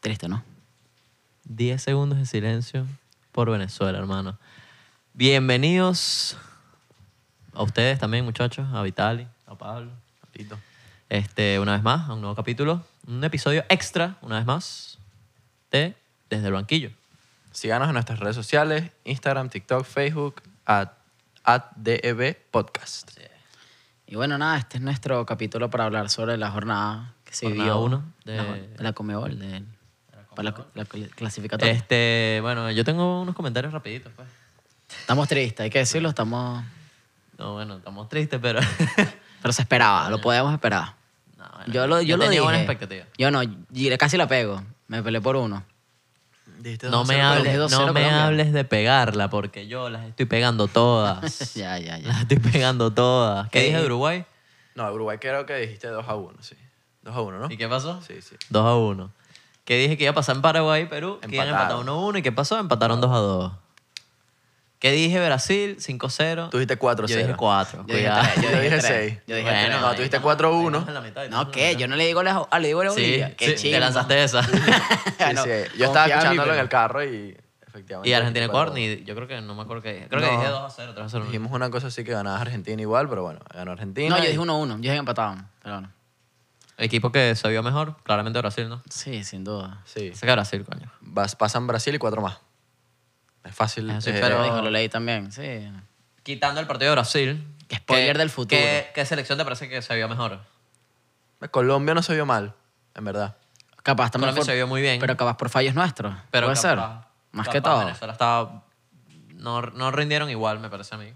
Triste, ¿no? 10 segundos de silencio por Venezuela, hermano. Bienvenidos a ustedes también, muchachos, a Vitali, a Pablo, a Tito. Este, una vez más, a un nuevo capítulo, un episodio extra, una vez más, de Desde el Banquillo. Síganos en nuestras redes sociales, Instagram, TikTok, Facebook, at, at DEB Podcast. Y bueno, nada, este es nuestro capítulo para hablar sobre la jornada que se Jornada vivió. uno de- la, de la Comebol, de, para la, la cl- clasificatoria. Este, bueno, yo tengo unos comentarios rapiditos, pues. Estamos tristes, hay que decirlo, estamos... No, bueno, estamos tristes, pero... Pero se esperaba, lo podíamos esperar. No, bueno, yo lo, yo lo tenía dije. buena expectativa. Yo no, y casi la pego. Me peleé por uno. No me, Colombia. hables, Dos no cero me Colombia. hables de pegarla, porque yo las estoy pegando todas. Ya, ya, ya. las estoy pegando todas. ¿Qué Ey. dije de Uruguay? No, Uruguay creo que dijiste 2 a 1, sí. 2 a 1, ¿no? ¿Y qué pasó? Sí, sí. 2 a 1. Que dije que iba a pasar en Paraguay, Perú, que iban a empatar Empataron. 1 a 1. ¿Y qué pasó? Empataron 2 a 2. ¿Qué dije Brasil? 5 a 0. Tú dijiste 4 a 0. Yo dije 4. Yo dije Cuidado. tres, Eh, Yo dije tres, 6. Yo dije Bueno, tres. No, ahí tú dijiste estamos- 4 a ahí 1. estamos en la mitad, ahí No, estamos en ¿qué? la Yo no le digo la, ah, le digo la mitad. bolilla. Qué Sí, sí, chimbo. te lanzaste esa. Sí, No, sí. Yo estaba confiable, escuchándolo en pero- el carro y efectivamente. y Argentina Corny, y yo creo que no me acuerdo qué dije. Creo que No. dije 2 a 0, 3 a 0. Dijimos una cosa así que ganaba Argentina igual, pero bueno, ganó Argentina. No, yo y- dije 1-1. Yo dije empatado. Pero bueno. Equipo que se vio mejor, claramente Brasil, ¿no? Sí, sin duda. Sí. Sé que Brasil, coño. Vas- pasan Brasil y cuatro más. Es fácil. Eso sí, eh, Pero Pero- dijo, lo leí también. Sí. Quitando el partido de Brasil. Spoiler ¿qué- del futuro. ¿qué, qué selección te parece que se vio mejor? Colombia no se vio mal, en verdad. Capaz también. Colombia por- se vio muy bien. Pero capaz por fallos nuestros. Pero Puede capaz- ser. Más capaz que todo. Venezuela estaba. No, no rindieron igual, me parece a mí.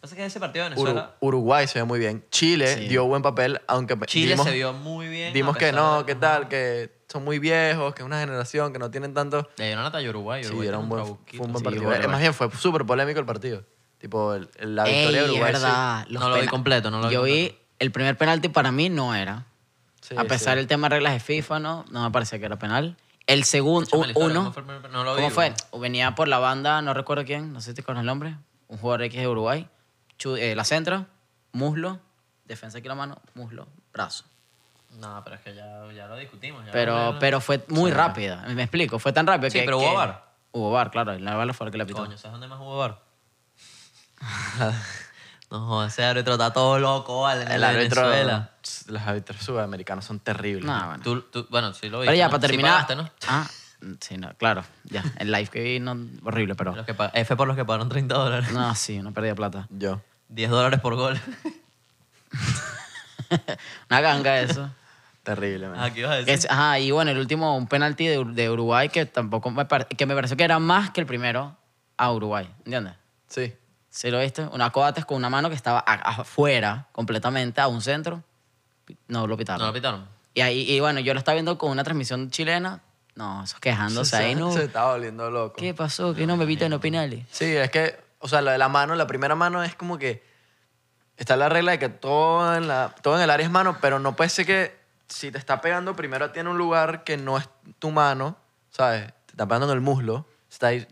Pasa que ese partido de Uru- Venezuela. Uruguay se vio muy bien. Chile Sí. dio buen papel, aunque pe- Chile dimos, se vio muy bien. a dimos que pesar no, de- que tal, que son muy viejos, que es una generación que no tienen tanto. Le dieron hasta a Uruguay. Sí, Uruguay era tiene un buen, trabuquito. fue un buen Sí, partido. Uruguay. Eh, más bien, fue súper polémico el partido. Tipo, el- el- la victoria de Ey, es Uruguay. sí. verdad. los No lo vi pena- completo, no lo vi Yo vi el primer penalti para mí no era. Sí, a sí. pesar del tema de reglas de FIFA, no, no me parecía que era penal. El segundo, Échame la historia, uno. ¿cómo fue el primer- no lo vi, ¿Cómo fue? bueno. Venía por la banda, no recuerdo quién, no sé si te conoces el nombre. Un jugador X de Uruguay. Chu- eh, la centra, muslo, defensa aquí la mano, muslo, brazo. No, pero es que ya, ya lo discutimos. ya lo Pero, vieron. pero fue muy rápida, me explico, fue tan rápido Ah. Sí, que... pero hubo que- VAR. Hubo bar, claro, y la bala fue el que la pitó. Coño, ¿sabes dónde más jugó bar? no, jodas, ese árbitro está todo loco, vale. en El la árbitro. Venezuela. tss, Los árbitros sudamericanos son terribles. Nah, bueno. Tú, tú, bueno, sí lo vi. Pero ya, para Sí terminar... pagaste, ¿no? Ah, sí, no, claro, ya. El live que vi, no, horrible, pero... Los que pa- F por los que pagaron 30 dólares. No, sí, una pérdida de plata. Yo. 10 dólares por gol. Una ganga eso. Terrible, man. Ah, ¿qué ibas a decir? Es- ajá, y bueno, el último, un penalti de, Ur- de Uruguay que tampoco me, pare- que me pareció que era más que el primero a Uruguay, ¿entiendes? Sí. ¿Sí lo viste? Una Coates con una mano que estaba a- afuera completamente a un centro. No lo pitaron. No lo pitaron. Y ahí, y bueno, yo lo estaba viendo con una transmisión chilena. No, esos quejándose se, ahí, ¿no? se estaba volviendo loco. ¿Qué pasó? ¿Que no me pitan los penales? Sí, es que, o sea, lo de la mano, la primera mano es como que está la regla de que todo en, la, todo en el área es mano, pero no puede ser que si te está pegando primero tiene un lugar que no es tu mano, ¿sabes? Te está pegando en el muslo, se está ahí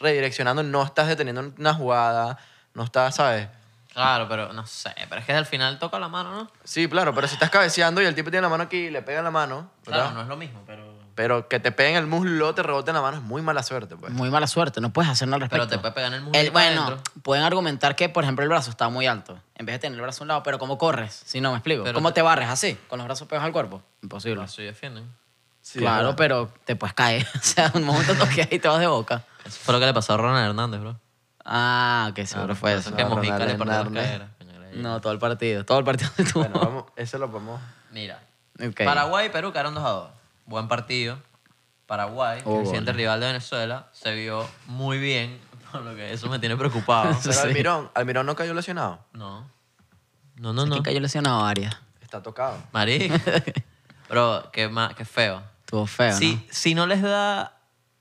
redireccionando, no estás deteniendo una jugada, no estás, ¿sabes? Claro, pero no sé. Pero es que al final toca la mano, ¿no? Sí, claro, pero si estás cabeceando y el tipo tiene la mano aquí y le pega en la mano, ¿verdad? Claro, no es lo mismo, pero. Pero que te peguen el muslo, te rebote en la mano, es muy mala suerte, pues. Muy mala suerte, no puedes hacer nada al Pero respecto. te puede pegar en el muslo. El, y para bueno, adentro. pueden argumentar que, por ejemplo, el brazo está muy alto. En vez de tener el brazo a un lado, pero ¿cómo corres? Si no, me explico. Pero ¿Cómo te barres así? ¿Con los brazos pegados al cuerpo? Imposible. Así defienden. Sí, claro, pero te puedes caer. O sea, un momento toque y te vas de boca. Eso fue lo que le pasó a Ronald Hernández, bro. Ah, que seguro fue eso. Eso que no, Mojica Ronald le partió las Hernández. caderas. coño, le- No, todo el partido. Todo el partido de tu Bueno, vamos, eso lo podemos... Mira. Ok. Paraguay y Perú quedaron 2 a 2. Buen partido. Paraguay, Oh, el siguiente goles. rival de Venezuela, se vio muy bien, por lo que eso me tiene preocupado. Pero Sí. Almirón, Almirón no cayó lesionado. No. No, no, no. Que cayó lesionado a varias. Está tocado. Marico. Bro, qué, ma- qué feo. Estuvo feo, si, ¿no? si no les da.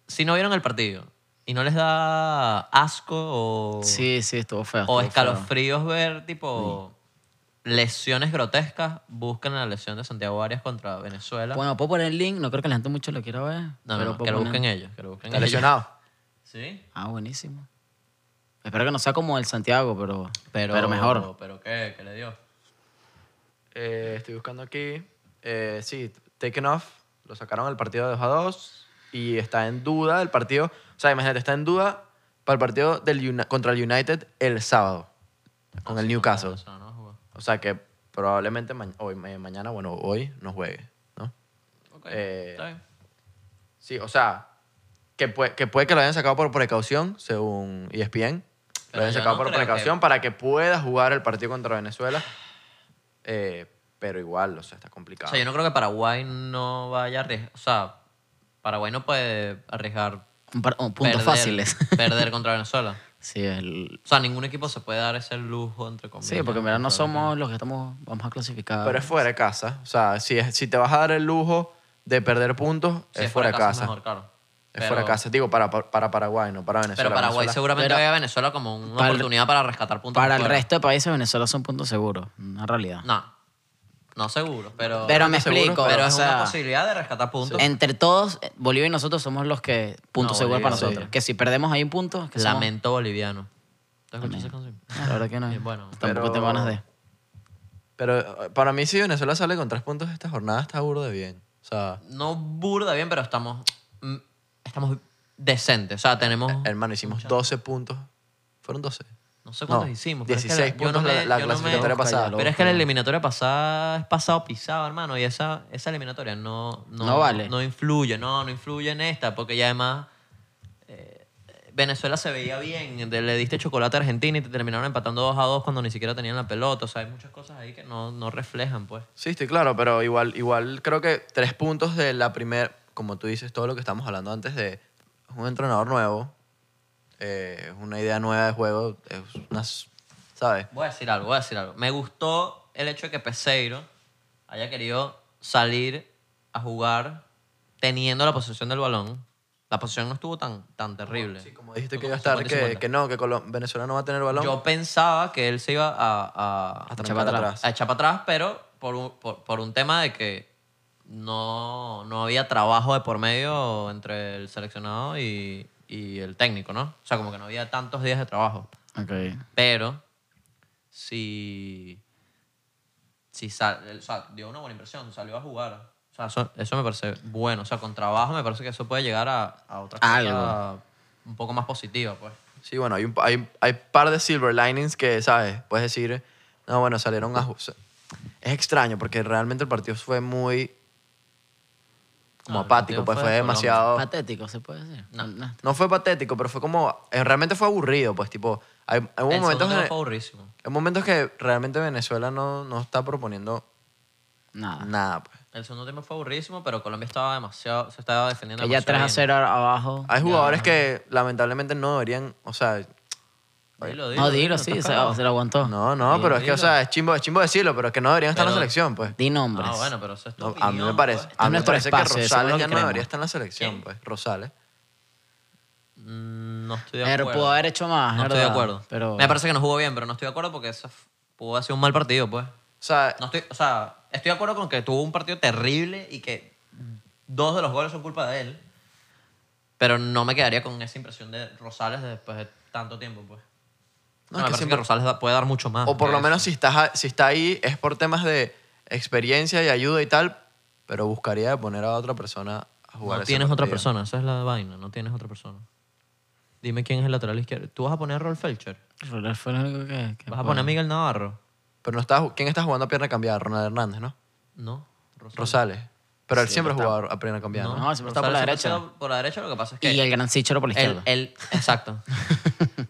Si no vieron el partido y no les da asco o, Sí, sí, estuvo feo. estuvo o feo. escalofríos ver tipo lesiones grotescas, buscan la lesión de Santiago Arias contra Venezuela. Bueno, puedo poner el link. No creo que la gente mucho lo quiera ver. no, no, pero no, puedo que lo poner. busquen ellos. Que lo busquen Está ellos. lesionado. Sí. Ah, buenísimo. Espero que no sea como el Santiago, pero, Pero, pero, mejor. ¿Pero qué? ¿Qué le dio? Eh, estoy buscando aquí. Eh, sí, Taken Off. Lo sacaron al partido de 2 a 2 y está en duda el partido. O sea, imagínate, está en duda para el partido del Uni- contra el United el sábado con el Newcastle. Barcelona no jugó. O sea que probablemente ma- hoy, ma- mañana, bueno, hoy no juegue, ¿no? Ok, Eh, está bien. Sí, o sea, que, pue- que puede que lo hayan sacado por precaución, según E ESPN. Pero lo hayan yo sacado no por creo que- precaución para que pueda jugar el partido contra Venezuela. Eh, pero igual, o sea, está O complicado. sea, yo no creo que Paraguay no vaya a arriesgar. O sea, Paraguay no puede arriesgar. Un par- un puntos perder- fáciles. perder contra Venezuela. Sí, el- O sea, ningún equipo se puede dar ese lujo, entre comillas. sí, porque mira, no Entonces, somos los que estamos, vamos a clasificar. pero es fuera de casa. O sea, si, es- si te vas a dar el lujo de perder puntos, si es, fuera de casa. Es mejor, claro. Es fuera de casa. Digo, para, para Paraguay, no para Venezuela. Pero Paraguay Venezuela- seguramente Pero- ve a Venezuela como una Para el- oportunidad para rescatar puntos. Para el fuera. resto de países, Venezuela es un punto seguro, una realidad. No, no seguro, pero, pero me seguro, explico, pero o es sea, una posibilidad de rescatar puntos. entre todos, eh, Bolivia y nosotros somos los que punto No, seguro Bolivia, para sí. nosotros. Que si perdemos ahí un punto, es que somos- Ah, Lamento boliviano. ¿Te escuchas esa canción? La verdad que no. Bien, bueno. Tampoco Pero- tengo ganas de. Pero eh, para mí, si Venezuela sale con tres puntos esta jornada, está burdo de bien. O sea, No burda bien, pero estamos, mm, estamos decentes. O sea, Eh, tenemos... hermano, hicimos 12 puntos. Fueron 12. No sé cuántos No, hicimos. pero es que 16 yo puntos la- me- la yo clasificatoria me- pasada. Pero es que la eliminatoria pasada es pasado pisado, hermano. Y esa, esa eliminatoria no, no, No vale. No influye, no, no influye en esta. Porque ya además eh, Venezuela se veía bien. de- Le diste chocolate a Argentina y te terminaron empatando 2 a 2 cuando ni siquiera tenían la pelota. O sea, hay muchas cosas ahí que no, no reflejan, pues. Sí, estoy claro, pero igual, igual creo que tres puntos de la primera, como tú dices, todo lo que estamos hablando antes de es un entrenador nuevo, eh, es una idea nueva de juego, es unas, ¿sabes? Voy a decir algo, voy a decir algo. Me gustó el hecho de que Peseiro haya querido salir a jugar teniendo la posesión del balón. La posesión no estuvo tan, tan terrible. Como dijiste que iba a estar, que, 50-50. que no, que Colo- Venezuela no va a tener balón. Yo pensaba que él se iba a, a, A Echar trancar para atrás. a echar para atrás, pero por un, por, por un tema de que no, no había trabajo de por medio entre el seleccionado y, y el técnico, ¿no? O sea, como que no había tantos días de trabajo. Ok. Pero si, si sal- o sea, dio una buena impresión, salió a jugar. O sea, eso, eso me parece bueno. O sea, con trabajo me parece que eso puede llegar a, a otra Algo. cosa un poco más positiva, pues. Sí, bueno, hay un hay, hay par de silver linings que, ¿sabes? Puedes decir, no, bueno, salieron a... ju- se- Es extraño porque realmente el partido fue muy No, como Ah, el partido apático, pues fue fue de Colombia. demasiado... Patético, ¿se puede decir? No. no. No fue patético, pero fue como. eh, Realmente fue aburrido, pues, tipo. Hay, hay El momentos, segundo tiempo en- fue aburrísimo. hay momentos que realmente Venezuela no, no está proponiendo Ah. Nada. nada, pues. El segundo tiempo fue aburrísimo, pero Colombia estaba demasiado, se estaba defendiendo Ella 3 demasiado a bien. Ah, 0 abajo. Hay jugadores que lamentablemente no deberían. O sea. Dilo, dilo, No, dilo, sí, se, está se cagado. lo aguantó. No, no, pero es que, o dilo. sea, es chimbo, es chimbo decirlo, pero es que no deberían estar en la Pero- selección, pues. Di nombres. Ah, bueno, pero eso es tu No, a mí me opinión, parece, pues. a mí me nuestro parece espacio, que eso es lo Rosales que ya no queremos. debería estar en la selección, ¿Quién? pues. Rosales. Mm, No estoy de pero acuerdo. pudo haber hecho más. No estoy de ¿verdad? acuerdo. Pero Me parece que no jugó bien, pero no estoy de acuerdo porque eso f- pudo haber sido un mal partido, pues. O sea, No estoy, o sea, estoy de acuerdo con que tuvo un partido terrible y que dos de los goles son culpa de él. Pero no me quedaría con esa impresión de Rosales de después de tanto tiempo, pues. No, me No, es que parece siempre- que Rosales da- puede dar mucho más. o por que lo eso. menos si, estás, a- si está ahí es por temas de experiencia y ayuda y tal, pero buscaría poner a otra persona a jugar No ese tienes otra partido. persona, esa es la vaina, no tienes otra persona. Dime quién es el lateral izquierdo. ¿Tú vas a poner a Rolf Felcher? Roller fue el único que. que ¿Vas a poner a Miguel Navarro? Pero no está, ju- ¿quién está jugando a pierna cambiada? Ronald Hernández, ¿no? No. Rosales. Rosales. Pero él siempre jugaba a pierna cambiada, ¿no? No, siempre está por Rosales la siempre ha derecha. sido Por la derecha lo que pasa es que... Y el gran Sichero por la El, izquierda. el- exacto.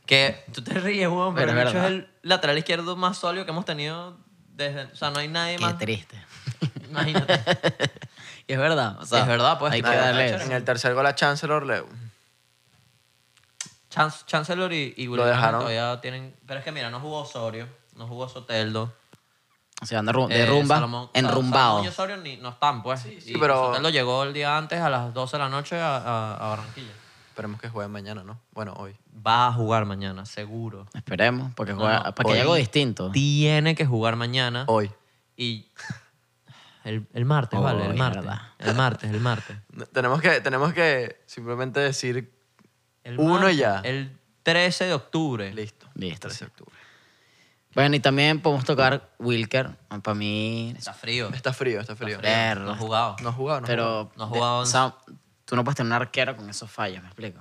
que tú te ríes, weón, Pero pero, es el bicho es verdad. el lateral izquierdo más sólido que hemos tenido desde... O sea, no hay nadie Qué más. triste. Imagínate. Y es verdad. o sea, Es verdad, pues, Hay que nada, darle Nacho, eso. En el tercer gol a Chancellor le... mm, Chance- Chancellor y, y Willian dejaron. todavía tienen... Pero es que mira, no jugó Osorio, no jugó Soteldo. O sea, anda ru- de eh, rumba, Salomón- enrumbado. Salomón y Osorio ni, no están, pues. sí, Y pero- Soteldo llegó el día antes a las 12 de la noche a, a- a Barranquilla. Esperemos que juegue mañana, ¿no? Bueno, hoy. Va a jugar mañana, seguro. Esperemos, porque No, juega, no, para que haya hoy algo distinto. Tiene que jugar mañana. ¿Ah? Hoy. Y el, el martes, Oh, vale, el es martes. verdad. El martes, el martes. No, Tenemos que, tenemos que simplemente decir El Uno martes, ya. El 13 de octubre. listo. Listo, 13 sí. de octubre. Bueno, y también podemos tocar Wilker. Para mí. Está frío. Está frío, está frío. Verga. No has jugado. No has jugado, no has jugado. Pero. No has de- jugado o sea, tú no puedes tener un arquero con esos fallos, ¿me explico?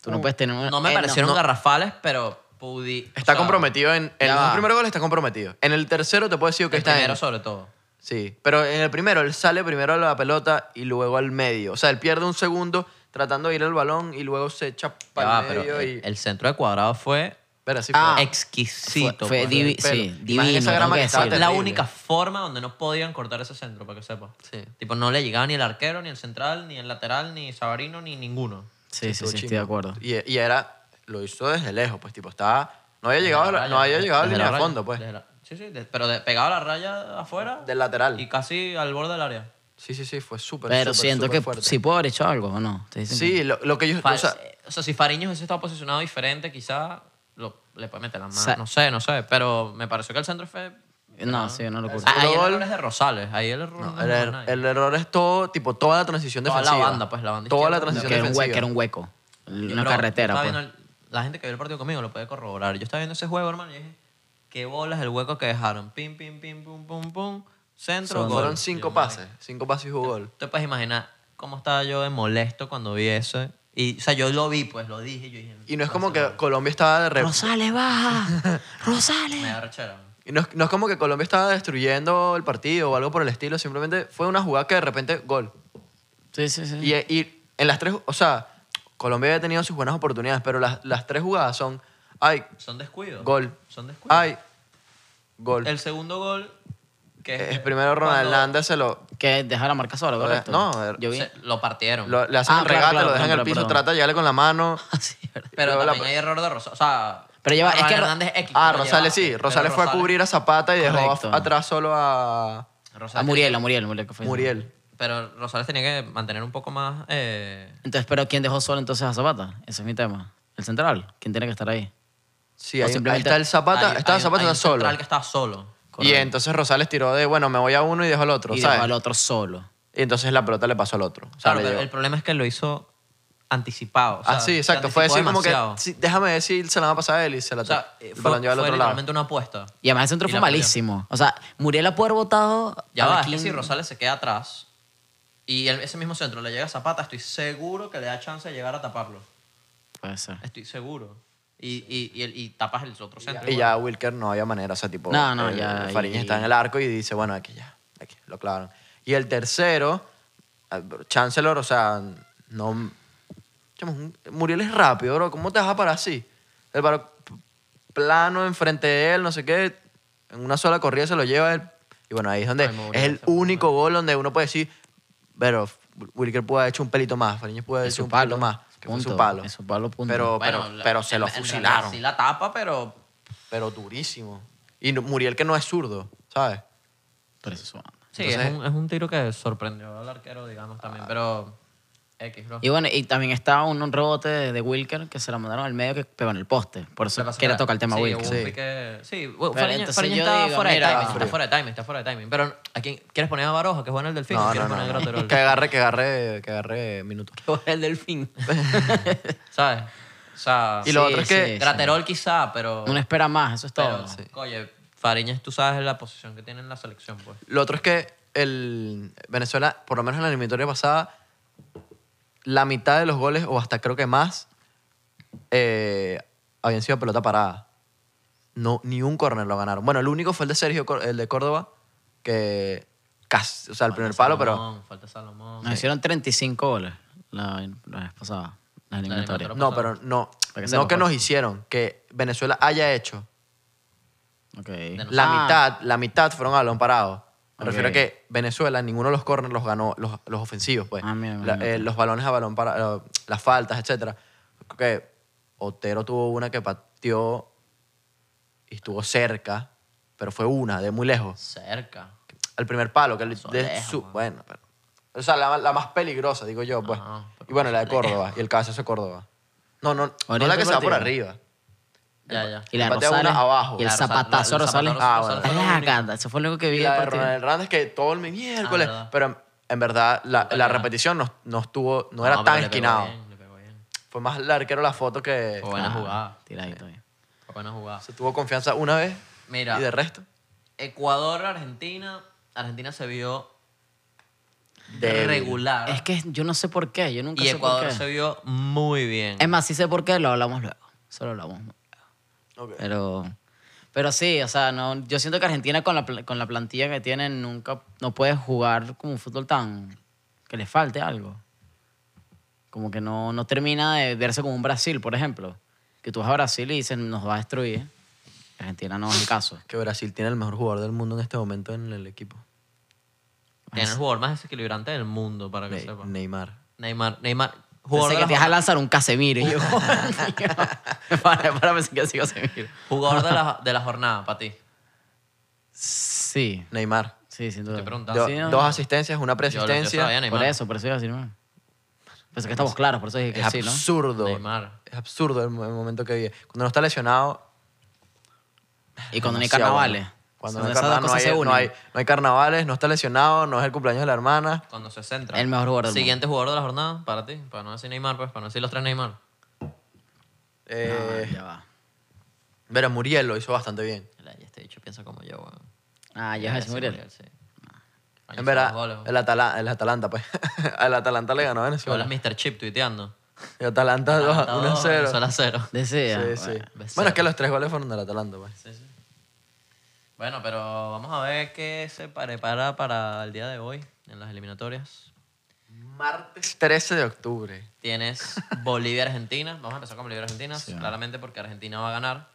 Tú no puedes tener un. Uh, No me eh, parecieron no. garrafales, pero pudi. o Está sea, comprometido en, en ya va. el primer gol está comprometido. En el tercero te puedo decir que El está en- primero sobre todo. Sí, pero en el primero él sale primero a la pelota y luego al medio. O sea, él pierde un segundo tratando de ir al balón y luego se echa Ya para va, el medio pero y... el, el centro de cuadrado fue Pero así Ah, fue. Fue, exquisito. fue pues. divi- pelo. sí, Imagínate divino. esa grama tengo que que estaba decirlo. Es la terrible. única forma donde no podían cortar ese centro, para que sepas. Sí. Tipo, no le llegaba ni el arquero, ni el central, ni el lateral, ni Sabarino, ni ninguno. Sí, sí, Estuvo sí, estoy chimbo. de acuerdo. Y, y era... Lo hizo desde lejos, pues tipo, estaba... No había llegado, a la- Desde no la había raya, llegado a la desde línea de raya, fondo, pues. desde la- sí, sí, de- pero de- pegaba la raya afuera Del lateral. y casi al borde del área. Sí, sí, sí, fue súper, Pero súper, siento súper que fuerte. sí puedo haber hecho algo, ¿o no? Ustedes dicen Sí, lo, lo que yo... Fa- o sea, eh, o sea, si Fariños hubiese estado posicionado diferente, quizá lo- le puede meter la mano. Sa- no sé, no sé, pero me pareció que el centro fue... que- No, sí, una locura. Ah, ahí el gol- error es de Rosales, ahí el error no no, es el, de er- nadie. el error es todo, tipo, toda la transición Toda la defensiva. banda, pues, la banda Toda la izquierda. transición que, era un hue- defensiva. que era un hueco, una Bro, carretera. yo estaba Pues. viendo el- la gente que vio el partido conmigo lo puede corroborar. Yo estaba viendo ese juego, hermano, y dije, qué bolas el hueco que dejaron. Pim, pim, pim, pum, pum, pum. Centro, gol. Fueron cinco Yo, pases, cinco pases y un gol. Te puedes imaginar cómo estaba yo de molesto cuando vi eso. Y, o sea, yo lo vi, pues, lo dije. Yo dije, Y no es como que Colombia estaba de re- Rosales, baja. Me Rosales. da rechera. man. y no, es, no es como que Colombia estaba destruyendo el partido o algo por el estilo, simplemente fue una jugada que de repente gol. Sí, sí, sí. Y, y en las tres, o sea, Colombia había tenido sus buenas oportunidades, pero las, las tres jugadas son, ay, Son descuidos. Gol. Son descuidos. ay, gol. El segundo gol, que es... Es primero Ronald cuando Hernández se lo, Que deja la marca sola, correcto. No, a ver, yo vi. er, se- lo partieron. lo- le hacen Ah, el claro, regate, claro, lo dejan en claro, el piso, perdón. trata de llegarle con la mano. Ah, Sí, verdad. Pero luego la- también hay error de Rosales. O sea, Pero lleva- es Ronald que Ro- Hernández X, Ah, pero Rosales lleva- sí, pero Rosales fue a cubrir a Zapata y dejó Correcto. Pues af- atrás solo a a Rosales Ah, Muriel, a Muriel, Muriel. que fue. Muriel. Pero Rosales tenía que mantener un poco más. eh, Entonces, pero ¿quién dejó solo entonces a Zapata? Ese es mi tema. El central. ¿Quién tiene que estar ahí? O Sí, ahí, ahí simplemente- está el Zapata, hay- está hay un- Zapata hay un está solo. central que está solo. Y entonces Rosales tiró de, bueno, me voy a uno y dejo al otro, Y ¿sabes? dejó al otro solo. Y entonces la pelota le pasó al otro. o sea, Claro, le pero llegó. el problema es que lo hizo anticipado. o sea, ah, sí, se exacto. Fue anticipó decir como que, demasiado. sí, déjame decir, se la va a pasar a él y se la O sea, eh, el fue, balón lleva al fue otro lado. literalmente una apuesta. Y además ese centro Y fue la perdió. malísimo. O sea, Muriel la puede haber votado. Ya a va, es que King. si Rosales se queda atrás y el- ese mismo centro le llega a Zapata, estoy seguro que le da chance de llegar a taparlo. Puede ser. Estoy seguro. Y, y, y, el- y tapas el otro centro. Y igual. ya Wilker no había manera, o sea, tipo, No, no, el- ya el Fariñez ahí- está en el arco y dice, bueno, aquí ya, aquí, lo clavaron. Y el tercero, ah, Chancellor, o sea, no... chamo, es un- Muriel es rápido, bro, ¿cómo te vas a parar así? El balón plano enfrente de él, no sé qué, en una sola corrida se lo lleva él. Y bueno, ahí es donde Ay, Muriel, es el se fue único gol donde uno puede decir, pero Wilker pudo haber hecho un pelito más, Fariñez pudo haber Es hecho su un pelito palo, más, que fue su punto, palo. es su palo, punto. Pero, Bueno, pero, la- pero se en- lo en realidad fusilaron Sí la tapa, pero pero durísimo. Y no- Muriel que no es zurdo, ¿sabes? Pero eso es su banda. Sí, Entonces- es, un, es un tiro que sorprendió al arquero, Ah. digamos, también, pero X, bro. Y bueno, y también estaba un, un rebote de, de Wilker que se la mandaron al medio que pegó en el poste. Por eso Le pasó quería fuera. tocar el tema sí, Wilker. hubo un Sí. pique- Sí, bueno, Pero Fariña, entonces Fariña yo está digo, fuera mira, de timing, está Frío. fuera de timing, está fuera de timing. Pero, ¿a quién, ¿quieres poner a Baroja que juega en el delfín? o No, no, ¿Quieres no. poner a no. Graterol? Que agarre, que agarre, que agarre minutos. el delfín. ¿Sabes? O sea, Y lo Sí, otro es sí, que... Graterol quizá, pero... Uno espera más, eso es todo. pero, Oye, Fariñas, tú sabes la posición que tiene en la selección, pues. Lo otro es que el Venezuela, por lo menos en la eliminatoria pasada, la mitad de los goles, o hasta creo que más, eh, habían sido a pelota parada. No, ni un córner lo ganaron. Bueno, el único fue el de Sergio, Cor- el de Córdoba, que casi, o sea, el primer palo, pero... Salomón, Falta Salomón. Nos hicieron 35 goles la, la vez pasada, la eliminatoria. eliminatoria. No, pero no, Para que no sepa, que nos pues. hicieron, que Venezuela haya hecho Ok. no- La Ah. mitad, la mitad fueron a balón parado. Me Ok. refiero a que Venezuela, ninguno de los corners los ganó, los, los ofensivos, pues. Ah, mira, mira, La- mira. eh, los balones a balón parado, las faltas, etcétera. Creo que Otero tuvo una que pateó y estuvo cerca, pero fue una, de muy lejos. Cerca. El primer palo, que le- Eso de lejos, su- man. Bueno, pero- O sea, la, la más peligrosa, digo yo, pues. Ajá, y bueno, la de Córdoba, y el cabezazo de Córdoba. No, no, no Oriente la que se va por partido. arriba. Ya, ya. Y la de Patea una Rosales. abajo. Y el La de Rosales, zapatazo la- el Rosales. zapatazo Rosales Ah, fue lo la único. gata, Eso fue lo que vi Y del la de partido. Ronald Hernández que todo el Ah, miércoles. verdad. pero en, en verdad la, la repetición no, no estuvo, no era pero tan le pegó esquinado. bien, le pegó bien. Fue más el arquero la foto que Fue buena Ah, jugada. Tiradito ahí. Fue buena jugada. se tuvo confianza una vez Mira. ¿Y de resto? Ecuador, Argentina. Argentina se vio Débil. regular. Es que yo no sé por qué, yo nunca y sé Ecuador por qué. se vio muy bien. Em- Es más, sí sé por qué, lo hablamos luego. Solo hablamos. Ok. Pero, pero sí, o sea, no, yo siento que Argentina con la, pla- con la plantilla que tienen nunca, no puede jugar como un fútbol tan, que le falte algo. Como que no, no termina de verse como un Brasil, por ejemplo. Que tú vas a Brasil y dices, nos va a destruir. Argentina no es el caso. Que Brasil tiene el mejor jugador del mundo en este momento en el equipo. Tiene el jugador más desequilibrante del mundo, para que Ne- pues. sepan. Neymar. Neymar, Neymar, jugador, Pensé de que la, te ibas a lanzar un Casemiro. Y yo, para, para, pensé que sí, Casemiro. jugador de, la, de la jornada, para ti. Sí, Neymar. sí, sin duda. Estoy preguntando. Do- Sí, no, Dos asistencias, Yo- una yo preasistencia. sabía Por Neymar. eso, por eso iba a decir, no. Pensé que estamos claros, por eso dije que Es sí, ¿no? absurdo. Neymar. Es absurdo el, mo- el momento que vive. Cuando no está lesionado. Y cuando no hay demasiado carnavales. bueno. Cuando O sea, no hay, esas dos carnaval, no, cosas hay, se no unen. hay- no hay carnavales, no está lesionado, no es el cumpleaños de la hermana. Cuando se centra. El mejor jugador del Siguiente jugador de la jornada, para ti. Para no decir Neymar, pues, para no decir los tres Neymar. Ah, Eh, ya va. Vera Muriel lo hizo bastante bien. Ya este bicho piensa como yo, weón. Ah, ya es Ese Muriel. sí. Coño, En verdad, esos goles, weón. el, Atala- el Atalanta, pues. el Atalanta le ganó a Hola, Venezuela. Mr. Chip tuiteando. El Atalanta Atalanta 1 dos, 0. Venezuela cero. Desea. Sí, sí. Bueno, es que los tres goles fueron del Atalanta, pues. Sí, sí. Bueno, pero vamos a ver qué se prepara para el día de hoy en las eliminatorias. Martes 13 de octubre. Tienes Bolivia-Argentina. Vamos a empezar con Bolivia-Argentina, Sí. claramente porque Argentina va a ganar,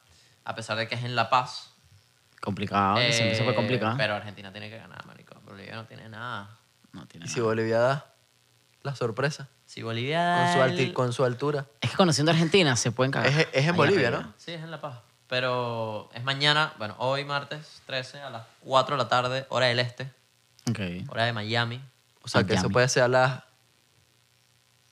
a pesar de que es en La Paz. Complicado, Eh, siempre se fue complicado. Pero Argentina tiene que ganar, marico. Bolivia no tiene nada. No tiene Y nada. si Bolivia da la sorpresa Si Bolivia da con su, el- alti- con su altura. Es que conociendo a Argentina se pueden cagar. Es, es en Ah, Ahí Bolivia, arriba. ¿no? Sí, es en La Paz. Pero es mañana, bueno, hoy martes 13 a las 4 de la tarde, hora del este, Ok. hora de Miami. O sea, que eso Miami. puede ser a las...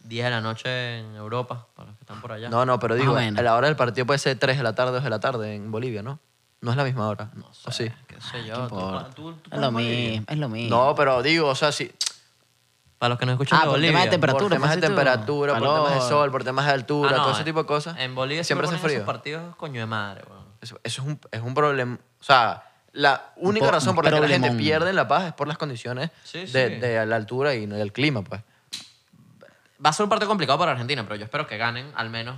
10 de la noche en Europa, para los que están por allá. No, no, pero Más digo, o menos. a la hora del partido puede ser 3 de la tarde, 2 de la tarde en Bolivia, ¿no? No es la misma hora. No O sea, sí? qué sé ¿Qué yo. tú- importa? tú- tú- es lo mismo, es lo mismo. No, pero digo, o sea, sí. Para los que no escuchan Ah, de por el Bolivia. tema de temperatura, por temas pues, de sí, tú. temperatura, por temas de Calor. sol, por temas de altura, Ah, no, todo ese eh. tipo de cosas. En Bolivia siempre hace frío. Esos partidos coño de madre, weón. Eso, eso es, un, es un problema. O sea, la única po- razón por la que la gente problemón. pierde en La Paz es por las condiciones Sí, de, sí. de la altura y no del clima, pues. Va a ser un partido complicado para Argentina, pero yo espero que ganen al menos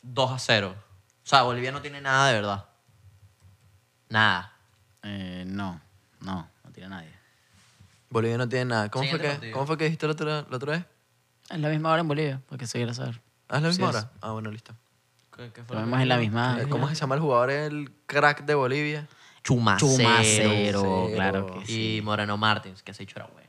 2 a 0. O sea, Bolivia no tiene nada de verdad. Nada. Eh, no, no, no tiene nadie. Bolivia no tiene nada. ¿Cómo, fue Siguiente que, partido. ¿cómo fue que dijiste la otra, la otra vez? Es la misma hora en Bolivia, porque se quiere saber. ¿Ah, es la Sí, misma es. hora? Ah, bueno, listo. ¿Qué, qué Lo vemos en la misma. Eh, ¿Cómo es que se llama el jugador, el crack de Bolivia? Chumacero. Chumacero, Cero. claro que sí. Y Moreno Martins, que ese dicho era bueno.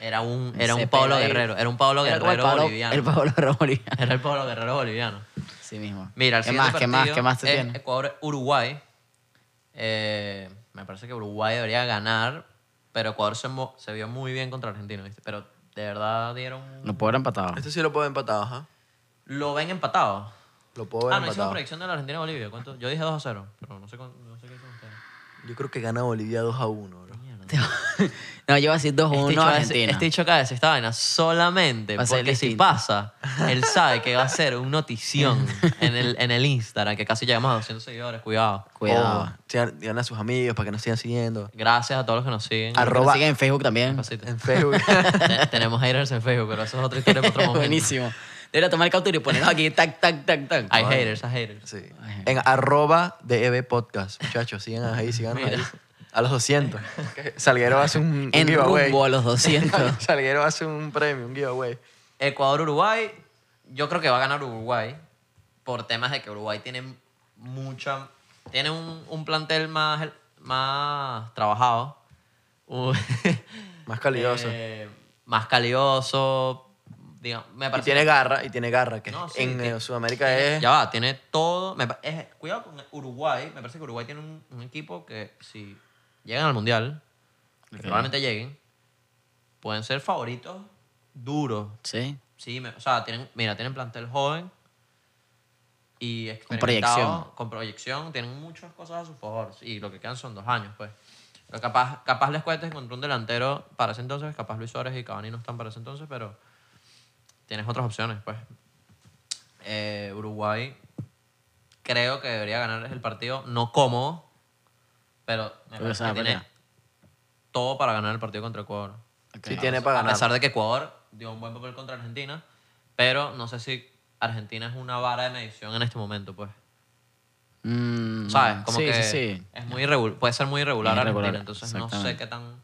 Era un, era Ese un Pablo pela ahí. Guerrero. Era un Pablo Era como el Guerrero Pablo- boliviano. El Pablo Guerrero boliviano. Era el Pablo Guerrero boliviano. Sí mismo. Mira, el ¿Qué siguiente más, qué más, partido qué más te es tiene? Ecuador-Uruguay. Eh, me parece que Uruguay debería ganar, pero Ecuador se, mo- se vio muy bien contra Argentina, ¿viste? Pero de verdad dieron... No puedo haber Ah. empatado. Este sí lo puedo empatar, ajá. Lo ven empatado. Lo puedo ver Ah, no hicimos empatado. predicción de la Argentina-Bolivia. ¿Cuánto? Yo dije 2 a 0, pero no sé, cuán- no sé qué hicieron ustedes. Yo creo que gana Bolivia 2 a 1, bro. No, yo voy a decir 2-1 Este a dicho Argentina. este dicho acá esta vaina solamente Va a ser porque si distinto. pasa, él sabe que va a ser un notición en el, en el Instagram, que casi llegamos a 200 seguidores, cuidado. Cuidado. Oh, sigan- digan a sus amigos para que nos sigan siguiendo. Gracias a todos los que nos siguen. Arro- arroba- Nos siguen en Facebook también. Pasito. En Facebook. Te- Tenemos haters en Facebook, pero eso es otra historia para otro momento. Buenísimo. Debería tomar captura y ponernos aquí, tac, tac, tac, tac. Hay haters, hay haters. Sí. En arroba DEB Podcast, muchachos. Sigan ahí, sigan ahí. A los 200. Que Salguero hace un, un en giveaway. rumbo a los 200. Salguero hace un premio, un giveaway. Ecuador-Uruguay, yo creo que va a ganar Uruguay por temas de que Uruguay tiene mucha... Tiene un, un plantel más, más trabajado. U- Más calidoso. Eh, más calidoso. digamos, me y parece... tiene garra, y tiene garra, que No, sí, en tiene- eh, Sudamérica es... Ya va, tiene todo. me pa- es- cuidado con Uruguay. Me parece que Uruguay tiene un, un equipo que si llegan al Mundial, que Ok. probablemente lleguen, pueden ser favoritos duros. sí. Sí, me- o sea, tienen, mira, tienen plantel joven y Con experimentado, con proyección, tienen muchas cosas a su favor. Y lo que quedan son dos años, pues. Pero capaz, capaz les cuesta encontrar un delantero para ese entonces, capaz Luis Suárez y Cavani no están para ese entonces, pero tienes otras opciones, pues. Eh, Uruguay creo que debería ganar el partido no cómodo, Pero me Pero, o parece sea, que tiene pelea. todo para ganar el partido contra Ecuador. Ok. Sí, tiene para A ganar. pesar de que Ecuador dio un buen papel contra Argentina, pero no sé si Argentina es una vara de medición en este momento, pues. Mm, ¿Sabes? Como sí, sí, que sí. Es muy irregular, puede ser muy irregular Es Argentina, irregular, entonces no sé exactamente. qué tan...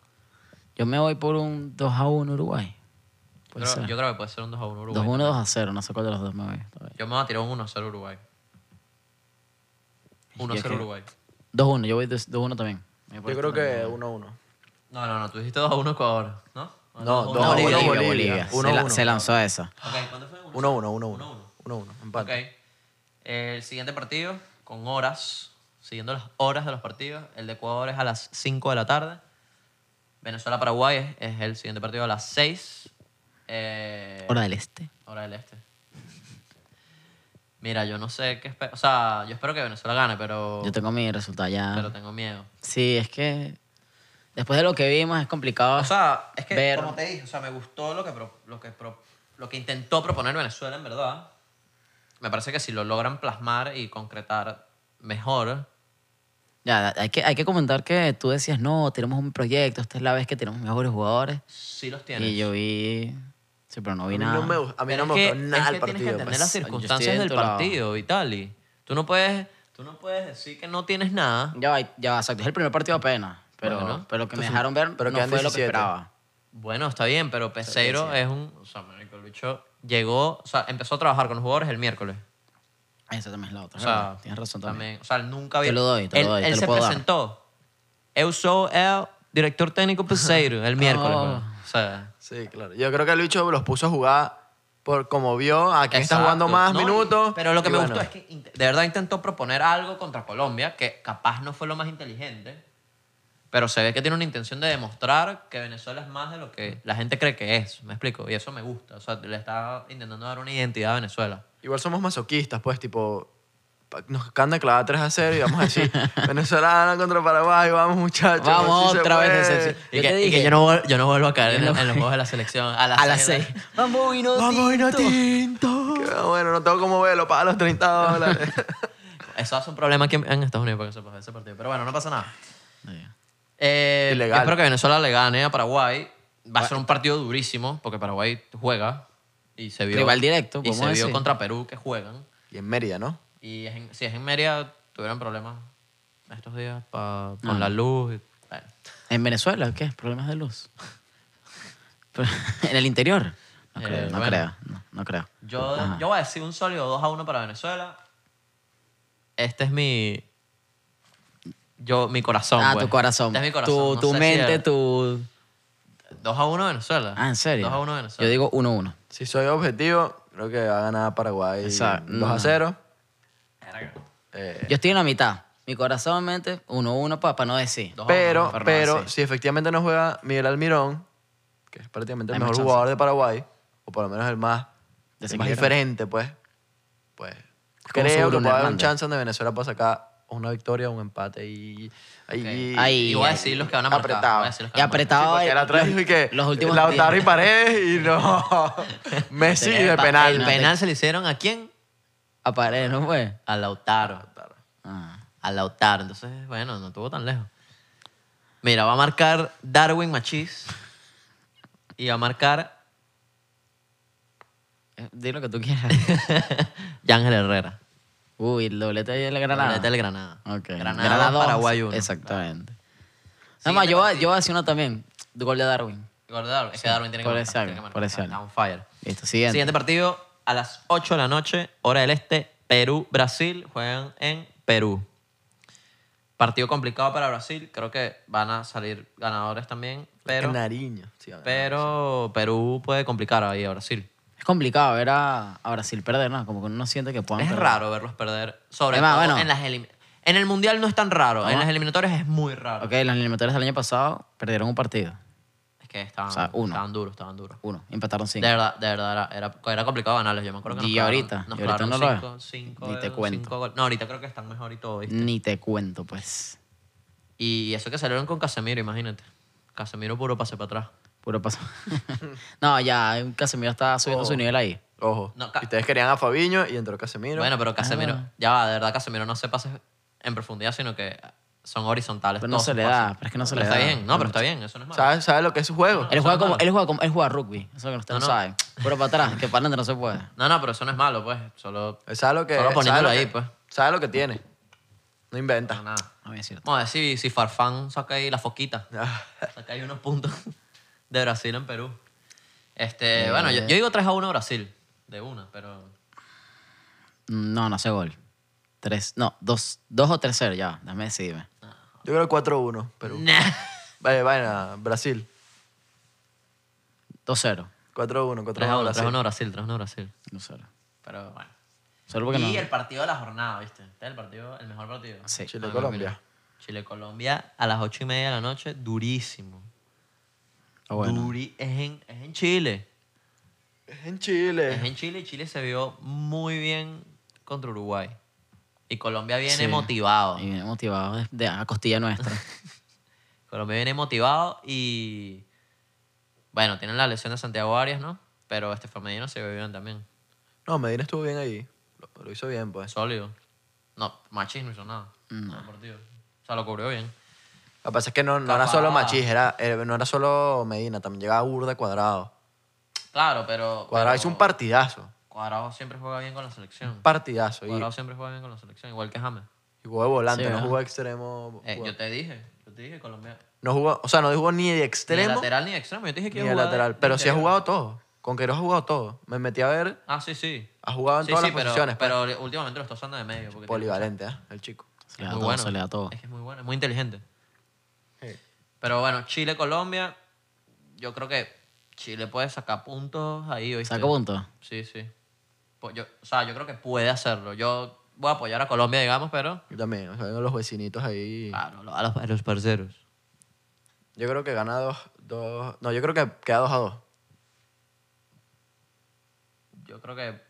Yo me voy por un 2 a 1 Uruguay. Puede creo- ser. yo creo que puede ser un 2 a 1 Uruguay. 2 1 2 a 0. No sé cuál de los dos me voy. Está bien. Yo me voy a tirar un 1 a 0 Uruguay. 1 a es 0 que- Uruguay. 2 1. Yo voy 2 1 también. Me voy Yo por este este creo que 1-1. No, no, no, tú dijiste 2 a 1 Ecuador, ¿no? No, uno, dos a uno, uno, Bolivia. Bolivia. Uno se, a la- uno. se lanzó a esa. Ok, ¿cuánto fue? Uno. 1-1, 1-1. 1-1, Ok. empate. El siguiente partido, con horas, siguiendo las horas de los partidos. El de Ecuador es a las 5 de la tarde. Venezuela-Paraguay es- es, el siguiente partido a las 6. Eh, Hora del Este. hora del este. Mira, yo no sé qué espero. O sea, yo espero que Venezuela gane, pero, Yo tengo mi resultado ya. pero tengo miedo. Sí, es que después de lo que vimos es complicado. O sea, es que, Ver- como te dije, o sea, me gustó lo que, pro- lo, que pro- lo que intentó proponer Venezuela, en verdad. Me parece que si lo logran plasmar y concretar mejor, ya, hay que, hay que comentar que tú decías, no, tenemos un proyecto, esta es la vez que tenemos mejores jugadores. sí los tienen. Y yo vi... Sí, pero no A vi mí nada. no me, gust- a mí Pero no me es gustó que- nada es el que Tienes que partido. entender pues. las Pues, yo estoy circunstancias de del tu lado. partido, Vitali. Tú no puedes, tú no puedes decir que no tienes nada. Ya, va, ya, va, exacto. Es el primer partido apenas. Pero, Bueno. pero lo que me dejaron ver pero no fue quedan lo que 17. esperaba. Bueno, está bien, pero Peseiro es un, o sea, marico, el bicho llegó, o sea, empezó a trabajar con los jugadores el miércoles. Esa también es la otra. O sea, Ah, Tienes razón también. o sea, él nunca había. Te lo doy, te lo él, doy, él te lo se puedo dar. presentó. Yo soy el director técnico Peseiro el miércoles. Oh. weón. O sea, pues. Sí, claro. Yo creo que el bicho los puso a jugar por como vio a quién está jugando exacto. más No, minutos. Pero lo que y me bueno. gustó es que int- de verdad intentó proponer algo contra Colombia que capaz no fue lo más inteligente, pero se ve que tiene una intención de demostrar que Venezuela es más de lo que la gente cree que es. ¿Me explico? Y eso me gusta. O sea, le está intentando dar una identidad a Venezuela. Igual somos masoquistas, pues, tipo. pa- Nos acaban de clavar 3 a 0 y vamos a decir: Venezolana contra Paraguay, vamos muchachos. Vamos sí se otra vez. puede". Decepción. Y Yo que, te y que dije- yo, no, vuel- yo no vuelvo a caer en, Yo no- en los juegos de la selección. A las, A las seis de la- seis. Vamos y no Vamos, Inatinto. Ah, Bueno, no tengo cómo verlo, paga los 30 dólares. Eso es un problema aquí en en Estados Unidos porque se pasa ese partido. Pero bueno, no pasa nada. Eh, yo Ilegal. espero que Venezuela le gane a Paraguay. Va a ser un partido durísimo porque Paraguay juega y se vio. Rival directo, Y se podemos vio decir. contra Perú que juegan. y en Mérida, ¿no? Y es en- si es en Mérida, tuvieron problemas estos días pa- con Ah. la luz. y- bueno. ¿En Venezuela qué? ¿Problemas de luz? Pero- ¿En el interior? No Eh, creo, no bueno. creo. No, no creo. Yo, Ajá. yo voy a decir un sólido 2 a 1 para Venezuela. Este es mi. Yo, mi corazón. ah, pues. tu corazón. Este es mi corazón. Tu, No tu sé si mente, era- tu... 2 a 1 Venezuela. Ah, ¿en serio? 2 a 1 Venezuela. Yo digo 1-1. Si soy objetivo, creo que va a ganar Paraguay Exacto. 2 a 0. Yo estoy en la mitad. Mi corazón, mente, 1-1 para no decir. Dos a pero, uno, para pero Paraguay, sí. si efectivamente no juega Miguel Almirón, que es prácticamente el Hay más mejor chance. jugador de Paraguay, o por lo menos el más, el más Desequilibrante. diferente, pues, pues como su creo que Bruno puede haber un Hernández. chance donde Venezuela pueda sacar una victoria, un empate y... Ahí, Ok. Ahí, Y voy a decir los que van a marcar. Apretado. Voy a decir los que Y van a marcar. apretado. porque la otra vez los- fui que los últimos Lautaro diez. y Paredes y no Messi de Epa, penal El penal se le hicieron a quién? Aparece, ¿no fue? A Lautaro. Ah. A Lautaro. Entonces, bueno, no estuvo tan lejos. Mira, va a marcar Darwin Machis. Y va a marcar Eh, Di lo que tú quieras. Yángel Herrera. Uy, el doblete ahí de la Granada. Granada. Del Granada. Ok. Granada, dos, Paraguay 1. Exactamente. Nada más, yo, voy a- yo voy a decir una también. Gol de Darwin. Es que Darwin tiene que por marcar. ese tiene año, que por marcar. ese Está- año. está on fire. Listo, siguiente. Siguiente partido a las 8 de la noche, hora del este, Perú-Brasil. Juegan en Perú. Partido complicado para Brasil. Creo que van a salir ganadores también. Pero, Nariño sí, va a ganar. pero Perú puede complicar ahí a Brasil. Es complicado ver a, a Brasil perder, ¿no? Como que uno siente que puedan Es perder. raro verlos perder. Sobre Además, todo bueno. en las elim- En el Mundial no es tan raro. En las eliminatorias es muy raro. Ok, los eliminatorias del año pasado perdieron un partido. Es que estaban, sea, uno. estaban duros, estaban duros. Uno. Empataron De cinco. verdad, de verdad, era, era, era complicado ganarlos. Yo me acuerdo que nos Y clavaron- ahorita, nos y ahorita clavaron no lo es. cinco, cinco- Ni te cinco cuento. goles. No, ahorita creo que están mejor y todo. ¿viste? Ni te cuento, pues. Y eso que salieron con Casemiro, imagínate. Casemiro puro pase para atrás. Puro paso. no, ya Casemiro está subiendo Oh. su nivel ahí. Ojo. No, ca- Ustedes querían a Fabiño y entró Casemiro. Ah. Bueno, pero Casemiro, ya va, de verdad, Casemiro no hace pases en profundidad, sino que son horizontales. Pero no todos se sus le pases. da, pero es que no se le está da. bien, no, pero está bien, eso no es malo. ¿Sabes sabe lo que es su juego? Él juega, es como, malo. él, juega como, él juega rugby, eso es lo que usted no, No, no. sabe. Puro para atrás, que para adelante no se puede. No, no, pero eso no es malo, pues. Solo, Él sabe lo que solo sabe poniéndolo lo que- ahí, pues. Sabe lo que tiene. No No, inventa. nada. No voy a decir. Vamos a ver si, si Farfán saca ahí la foquita. Ah, Saca ahí unos puntos de Brasil en Perú. Este, Eh. bueno, yo, yo digo 3 a 1 Brasil, de una, pero No, no hace gol. Tres, no, dos, dos o tres cero, ya, dame decidirme. Yo creo 4-1, Perú. Nah. Vaya, vaya, Brasil. Dos cero. 4-1, 3 a 4-1 1, 3 a Brasil. 1 Brasil, 3 a 1 Brasil. Dos cero. Pero bueno. Solo porque y no. el partido de la jornada, ¿viste? Este es el partido, el mejor partido. Sí. Chile-Colombia. Chile-Colombia a las 8 y media de la noche, durísimo. Ah, bueno. Duri- es, en, es en Chile. Es en Es Chile. en Chile y Chile se vio muy bien contra Uruguay. Y Colombia viene Sí. motivado. Y viene motivado de, de- a costilla nuestra. Colombia viene motivado y. Bueno, tienen la lesión de Santiago Arias, ¿no? Pero Estefan Medina se vio bien también. No, Medina estuvo bien ahí. Lo, lo hizo bien, pues. Sólido. No, Machis no hizo nada. Todo el partido. O sea, lo cubrió bien. Lo que pasa es que no, no era Capaz. solo Machis, era, eh, no era solo Medina, también llegaba Urda Cuadrado. Claro, pero. Cuadrado pero hizo un partidazo. Cuadrado siempre juega bien con la selección. Partidazo. Y, Cuadrado siempre juega bien con la selección, igual que James. y jugó de volante, Sí, no ¿verdad? jugó de extremo. Eh, jugó- yo te dije, yo te dije Colombia. No jugó, o sea, no jugó ni de Ni de extremo lateral ni de extremo. Yo te dije que ni iba de a jugar de- lateral. de Pero sí ha interior. jugado todo. Con Queiroz ha jugado todo. Me metí a ver, Ah, sí, sí. ha jugado en Sí, todas sí, las pero, posiciones. pues. pero últimamente lo está usando de medio. Porque tiene Polivalente, ¿eh? El chico. Se mucha- le da es muy todo, bueno. se le da todo. Es que es muy bueno, es muy inteligente. Pero bueno, Chile-Colombia, yo creo que Chile puede sacar puntos ahí. ¿oíste? Saca puntos. Sí, sí. Po- yo- o sea, yo creo que puede hacerlo. Yo voy a apoyar a Colombia, digamos, pero... Yo también, o sea, veo los vecinitos ahí. Claro, lo- a los, a los parceros. Yo creo que gana dos, dos. No, yo creo que queda dos a dos. Yo creo que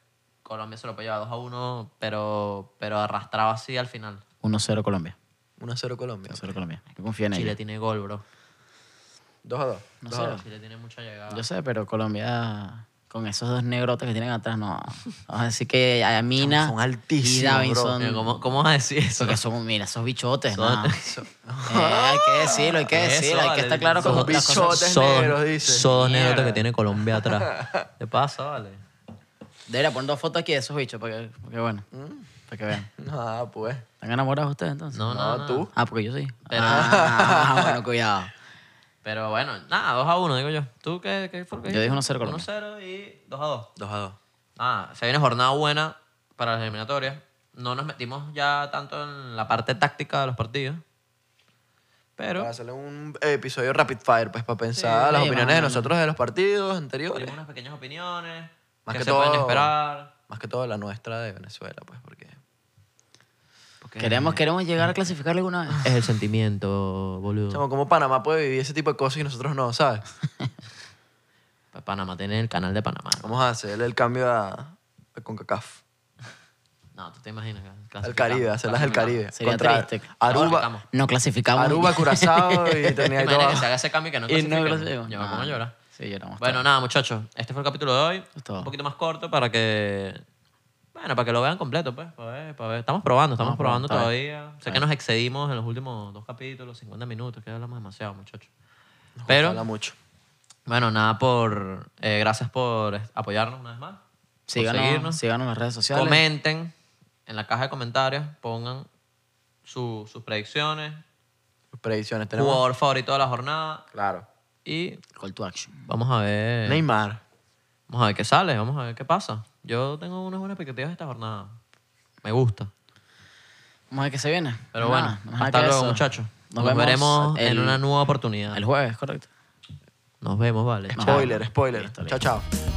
Colombia se lo puede llevar 2 a 1, pero, pero arrastrado así al final. 1-0 Colombia. 1 a 0 Colombia. 1-0 Colombia. Yo confío en Chile ellos. tiene gol, bro. 2 a 2. No Dos a sé. dos. Chile tiene mucha llegada. Yo sé, pero Colombia con esos dos negrotes que tienen atrás, no. Vamos a decir que a Mina Son altísimos, y bro. Davinson. Mira, ¿Cómo, ¿Cómo vas a decir eso? Porque son, mira, esos bichotes, Son- ¿no? Eh, hay que decirlo, hay que Eso, decirlo, hay que vale. estar claro con Son las cosas. bichotes. negros, dice. Son Mierda. negros que tiene Colombia atrás. ¿Qué pasa, vale? Debería poner dos fotos aquí de esos bichos, para que, para que, bueno, para que vean. Ah, pues. ¿Están enamorados ustedes entonces? No, no, No, no. tú. Ah, porque yo sí. Pero- Ah, bueno, cuidado. Pero bueno, nada, 2 a 1, digo yo. ¿Tú qué, qué fue? lo que Yo dije dijiste? 1-0 Colombia. 1-0 y 2 a 2. 2 a 2. Ah, se viene jornada buena para las eliminatorias. No nos metimos ya tanto en la parte táctica de los partidos. Pero Para hacerle un episodio rapid fire, pues, para pensar Sí, las más opiniones de o menos. nosotros de los partidos anteriores. dimos unas pequeñas opiniones. Más que, que se pueden todo- esperar. Más que todo la nuestra de Venezuela, pues, porque. Porque Queremos, queremos llegar a clasificarle alguna vez. Es el sentimiento, boludo. Chamo, ¿cómo Panamá puede vivir ese tipo de cosas y nosotros no, ¿sabes? Pa- Panamá tiene el canal de Panamá. Vamos a hacerle el cambio a, a CONCACAF. No, tú te imaginas. Al Caribe, hacerlas del Caribe. Sería Contra triste. Aruba, Clasificamos. No clasificamos. Aruba, Curazao y Imagina Trinidad y que se Tobago. haga ese cambio y que no Y no clasifiquen. clasificamos. Ah, Yo me pongo a llorar. Sí, lloramos. Bueno, nada, muchachos. Este fue el capítulo de hoy. es todo. Un poquito más corto para que. Bueno, para que lo vean completo, pues. Para ver, para ver. Estamos probando, estamos Vamos probando probando, está todavía. Sé que nos excedimos en los últimos dos capítulos, 50 minutos, que hablamos demasiado, muchachos. Pero, Habla mucho. bueno, nada, por. eh, gracias por es- apoyarnos una vez más. por Síganos, seguirnos. síganos en las redes sociales. Comenten en la caja de comentarios, pongan su- sus predicciones, Predicciones tenemos. jugador favorito de la jornada Claro. y Call to action. vamos a ver. Neymar. Vamos a ver qué sale, vamos a ver qué pasa. Yo tengo unas buenas expectativas de esta jornada. Me gusta. Vamos a ver qué se viene. Pero Nada, bueno, nada más hasta que luego, eso. muchachos. Nos, Nos, vemos veremos en el- una nueva oportunidad. El jueves, correcto. Nos vemos, vale. Chao. Spoiler, spoiler. Listo, Chao, chao.